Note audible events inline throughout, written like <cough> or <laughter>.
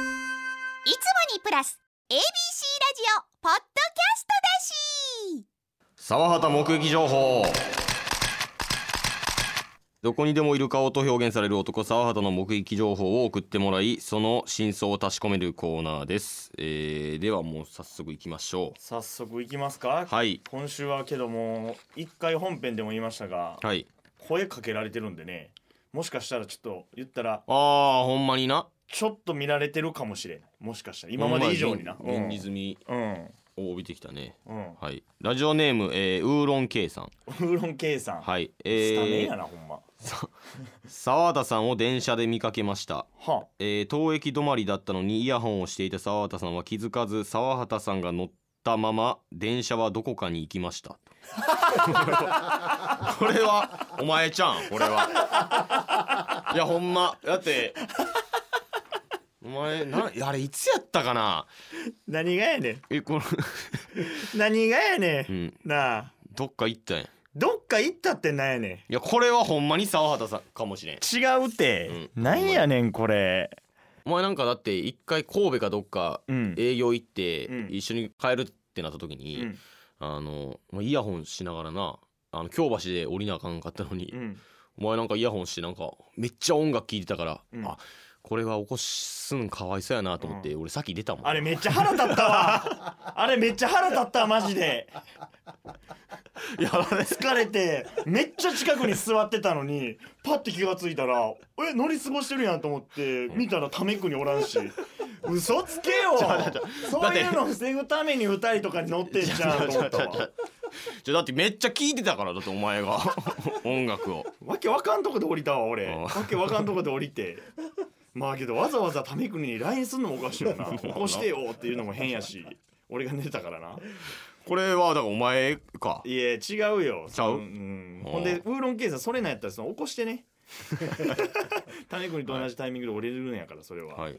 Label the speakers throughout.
Speaker 1: いつもにプラス ABC ラジオポッドキャストだし
Speaker 2: 沢畑目撃情報どこにでもいる顔と表現される男沢畑の目撃情報を送ってもらいその真相を確かめるコーナーです、えーではもう早速いきましょ
Speaker 3: 早速いきますか
Speaker 2: うはい
Speaker 3: 今週はけども一回本編でも言いましたが
Speaker 2: はい
Speaker 3: 声かけられてるんでねもしかしたらちょっと言ったら
Speaker 2: あーほんまにな
Speaker 3: ちょっと見られてるかもしれないもしかしたら今まで以上にな
Speaker 2: ほん
Speaker 3: う
Speaker 2: ま現
Speaker 3: ん
Speaker 2: 現実味
Speaker 3: うん
Speaker 2: を帯びてきたね
Speaker 3: うん
Speaker 2: はいラジオネーム、えーウーロン K さん
Speaker 3: ウーロン K さん
Speaker 2: はいえ
Speaker 3: スタメンや
Speaker 2: ー、
Speaker 3: なほんま
Speaker 2: 沢畑さんを電車で見かけました
Speaker 3: は
Speaker 2: えー、当駅止まりだったのにイヤホンをしていた沢畑さんは気づかず沢畑さんが乗ったまま電車はどこかに行きました <laughs> これはお前ちゃんこれはいやほんまだってお前なあれいつやったかな
Speaker 3: 何がやねん
Speaker 2: えこの、
Speaker 3: 何がやね
Speaker 2: うん、
Speaker 3: なあ
Speaker 2: どっか行ったんやい
Speaker 3: どっか行ったってなんやねん
Speaker 2: やこれはほんまに沢畑さんかもしれん
Speaker 3: 違うて
Speaker 2: うん
Speaker 3: なんやねんこれ
Speaker 2: お前なんかだって一回神戸かどっか
Speaker 3: うん
Speaker 2: 営業行って
Speaker 3: うん
Speaker 2: 一緒に帰るってなった時
Speaker 3: う
Speaker 2: に、
Speaker 3: ん
Speaker 2: あのまあイヤホンしながらなあの京橋で降りなあかんかったのに、
Speaker 3: うん
Speaker 2: お前なんかイヤホンしてなんかめっちゃ音楽聴いてたから、
Speaker 3: うん
Speaker 2: あこれは起こすんかわいそうやなと思って、俺先出たもん
Speaker 3: あれめっちゃ腹立った
Speaker 2: <laughs>
Speaker 3: わあれめっちゃ腹立ったわマジで
Speaker 2: い <laughs> やあれ
Speaker 3: 疲れてめっちゃ近くに座ってたのにパッて気がついたら「え乗り過ごしてるやん」と思って見たらためくにおらんし嘘つけよそういうの防ぐために2人とかに乗ってんじゃんと思ったわ
Speaker 2: じゃだってめっちゃ聴いてたからだってお前
Speaker 3: <laughs>
Speaker 2: が音楽を
Speaker 3: わけわかんとこで降りたわ俺
Speaker 2: うん
Speaker 3: わけわかんとこで降りてまあけどわざわざためくに LINE すんのもおかしいよな起こしてよっていうのも変やし俺が寝てたからな
Speaker 2: これはだからお前か
Speaker 3: いや違うよ
Speaker 2: ちゃう
Speaker 3: そのん
Speaker 2: うん
Speaker 3: ほんでウーロンケイさんそれなんやったらその起こして
Speaker 2: <laughs>
Speaker 3: ねタネ君と同じタイミングで降りれるんやからそれは、
Speaker 2: はい、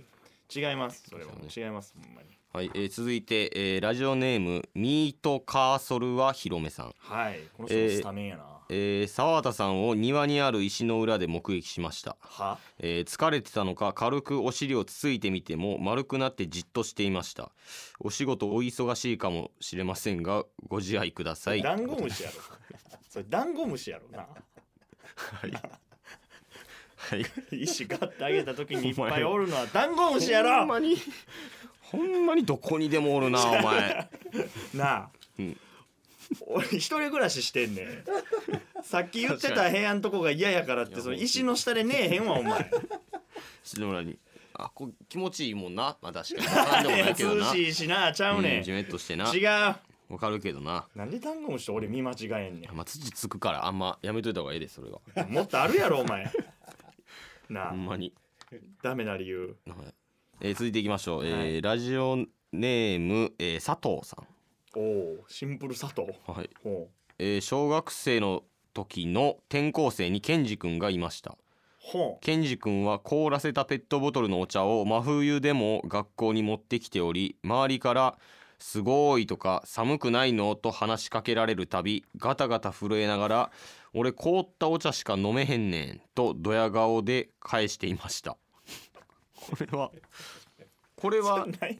Speaker 3: 違いますそれは
Speaker 2: そうで
Speaker 3: 違いますほんまに
Speaker 2: はいえー続いて、えーラジオネームミートカーソルは広めさん
Speaker 3: はいこの人
Speaker 2: えー
Speaker 3: スタメンやな、
Speaker 2: えー、沢畑さんを庭にある石の裏で目撃しました
Speaker 3: は
Speaker 2: えー疲れてたのか軽くお尻をつついてみても丸くなってじっとしていましたお仕事お忙しいかもしれませんがご自愛ください
Speaker 3: ダンゴムシやろそれダンゴムシや
Speaker 2: <laughs>
Speaker 3: ろな
Speaker 2: はい、はい、
Speaker 3: 石ガッてあげた時にいっぱいおるのはダンゴムシやろ
Speaker 2: ほんまにほんまにどこにでもお
Speaker 3: <laughs>
Speaker 2: るなお前
Speaker 3: なあ、
Speaker 2: うん
Speaker 3: 俺一人暮らししてんねんさっき言ってた部屋んとこが嫌やからってその石の下でねえへんわお前
Speaker 2: 篠村にあこ気持ちいいもんなまあ確かに何でもないけど
Speaker 3: 通
Speaker 2: な
Speaker 3: しいしなちゃうね
Speaker 2: うん
Speaker 3: ん
Speaker 2: じめっとしてな
Speaker 3: 違う
Speaker 2: わかるけどな
Speaker 3: なんでダンゴムシと俺見間違えんね
Speaker 2: まあ、土つくからあんまやめといた方がいいですそれは
Speaker 3: んもっとあるやろお前なあ、
Speaker 2: ほんまに
Speaker 3: ダメな理由
Speaker 2: はいえー続いていきましょう、えー
Speaker 3: はい
Speaker 2: ラジオネーム、えー佐藤さ
Speaker 3: おおシンプル佐藤
Speaker 2: ん、はい
Speaker 3: ほう
Speaker 2: えー小学生の時の転校生にケンジ君がいました
Speaker 3: ほ
Speaker 2: ケンジ君は凍らせたペットボトルのお茶を真冬でも学校に持ってきており周りから「すごい」とか「寒くないの?」と話しかけられるたびガタガタ震えながら「俺凍ったお茶しか飲めへんねん」とドヤ顔で返していました <laughs> これはこれ
Speaker 3: う
Speaker 2: は
Speaker 3: それ何や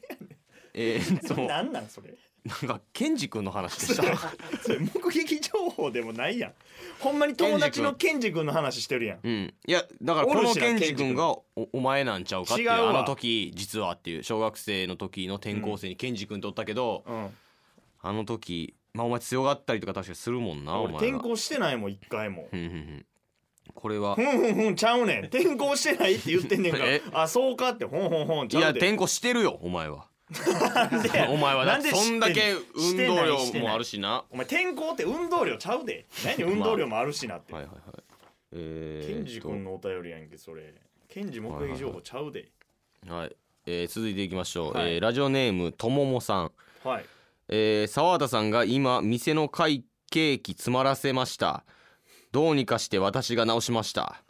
Speaker 2: えー、
Speaker 3: そ
Speaker 2: そ
Speaker 3: れ
Speaker 2: う
Speaker 3: 何 <laughs> なんそれ
Speaker 2: なんかケンジ君の話でした。
Speaker 3: それ目撃情報でもないやんほんまに友達のケンジ君の話してるやん
Speaker 2: <laughs> うん、いやだからこ
Speaker 3: おる
Speaker 2: の
Speaker 3: しな
Speaker 2: ケンジ君がおお前なんちゃうかっていう
Speaker 3: 違うわ
Speaker 2: あの時実はっていう小学生の時の転校生にケンジ君とったけど、
Speaker 3: うん
Speaker 2: あの時まあお前強がったりとか確かにするもんなお
Speaker 3: 俺
Speaker 2: 前
Speaker 3: 転
Speaker 2: が
Speaker 3: 校してないもん一回も
Speaker 2: うんうんうんこれは
Speaker 3: ふんふんふんちゃうねん転校してないって言ってんねんか
Speaker 2: え
Speaker 3: らあそうかってほんほんほん
Speaker 2: い
Speaker 3: ち
Speaker 2: や
Speaker 3: ゃうで
Speaker 2: 転校してるよお前は
Speaker 3: なんでや
Speaker 2: お前はだって
Speaker 3: なんで知って
Speaker 2: そんだけ運動量
Speaker 3: してないしてない
Speaker 2: もあるしな
Speaker 3: お前転校って運動量ちゃうで何運動量もあるしなって
Speaker 2: はいはいはいえ
Speaker 3: ケ
Speaker 2: ーっと
Speaker 3: ンジ君のお便りやんけそれケンジ目撃情報ちゃうで
Speaker 2: はい、えー続いていきましょう、
Speaker 3: はい
Speaker 2: えーラジオネームとももさん
Speaker 3: はい
Speaker 2: えー、沢田さんが今店の会計機詰まらせましたどうにかして私が直しました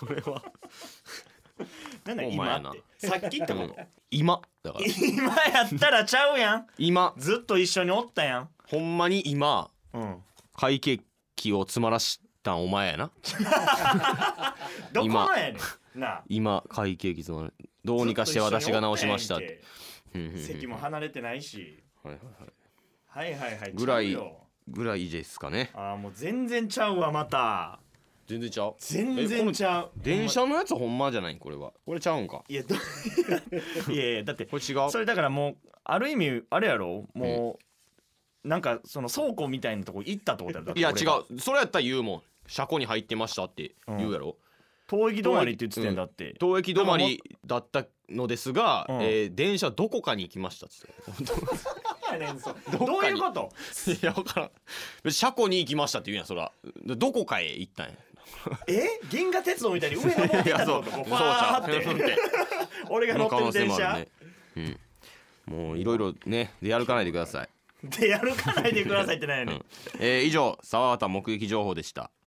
Speaker 2: これは
Speaker 3: <laughs> なんだ
Speaker 2: お前や
Speaker 3: 今
Speaker 2: な
Speaker 3: ってさっきってこと
Speaker 2: 今だから
Speaker 3: 今やったらちゃうやん
Speaker 2: 今
Speaker 3: ずっと一緒におったやん
Speaker 2: ほんまに今
Speaker 3: うん
Speaker 2: 会計機を詰まらしたんお前やな
Speaker 3: どこのやねんなあ
Speaker 2: 今会計機詰まらどうにかして私が直しました
Speaker 3: ずっと
Speaker 2: ふんふんふ
Speaker 3: 一緒におったんやんけ
Speaker 2: ん
Speaker 3: 席も離れてないし
Speaker 2: はいはいはい
Speaker 3: はいはいはい
Speaker 2: ぐらい
Speaker 3: ちゃうよ
Speaker 2: ぐらいですかね
Speaker 3: あーもう全然ちゃうわまた
Speaker 2: 全然ちゃう
Speaker 3: 全
Speaker 2: えこの
Speaker 3: 然ちゃう
Speaker 2: 電車のやつほんまじゃないこれはこれちゃうんか
Speaker 3: いやどいやいやだって
Speaker 2: これ違う
Speaker 3: それだからもうある意味あれやろもう、なんかその倉庫みたいなとこ行ったってことやろ
Speaker 2: いや違うそれやったら言うもん車庫に入ってましたって言うやろ、
Speaker 3: 遠駅止まりって言ってたんだって、
Speaker 2: 当駅止まりだったのですが、
Speaker 3: うん
Speaker 2: えー電車どこかに行きましたっつっ
Speaker 3: やねんそ
Speaker 2: どっかに
Speaker 3: どういうこと
Speaker 2: て <laughs> いや分からん別に車庫に行きましたって言うやんそらどこかへ行ったんや <laughs>
Speaker 3: え銀河鉄道みたいに上登ってたってことこう
Speaker 2: そう
Speaker 3: フ
Speaker 2: ち
Speaker 3: ァ
Speaker 2: ゃ
Speaker 3: ー
Speaker 2: う
Speaker 3: って
Speaker 2: そう <laughs> って
Speaker 3: 俺が乗ってる電車、
Speaker 2: ね、うん、もういろいろね出歩かないでください、
Speaker 3: でやるかないでくださいってないよ
Speaker 2: う
Speaker 3: ねん
Speaker 2: んえー以上沢畑目撃情報でした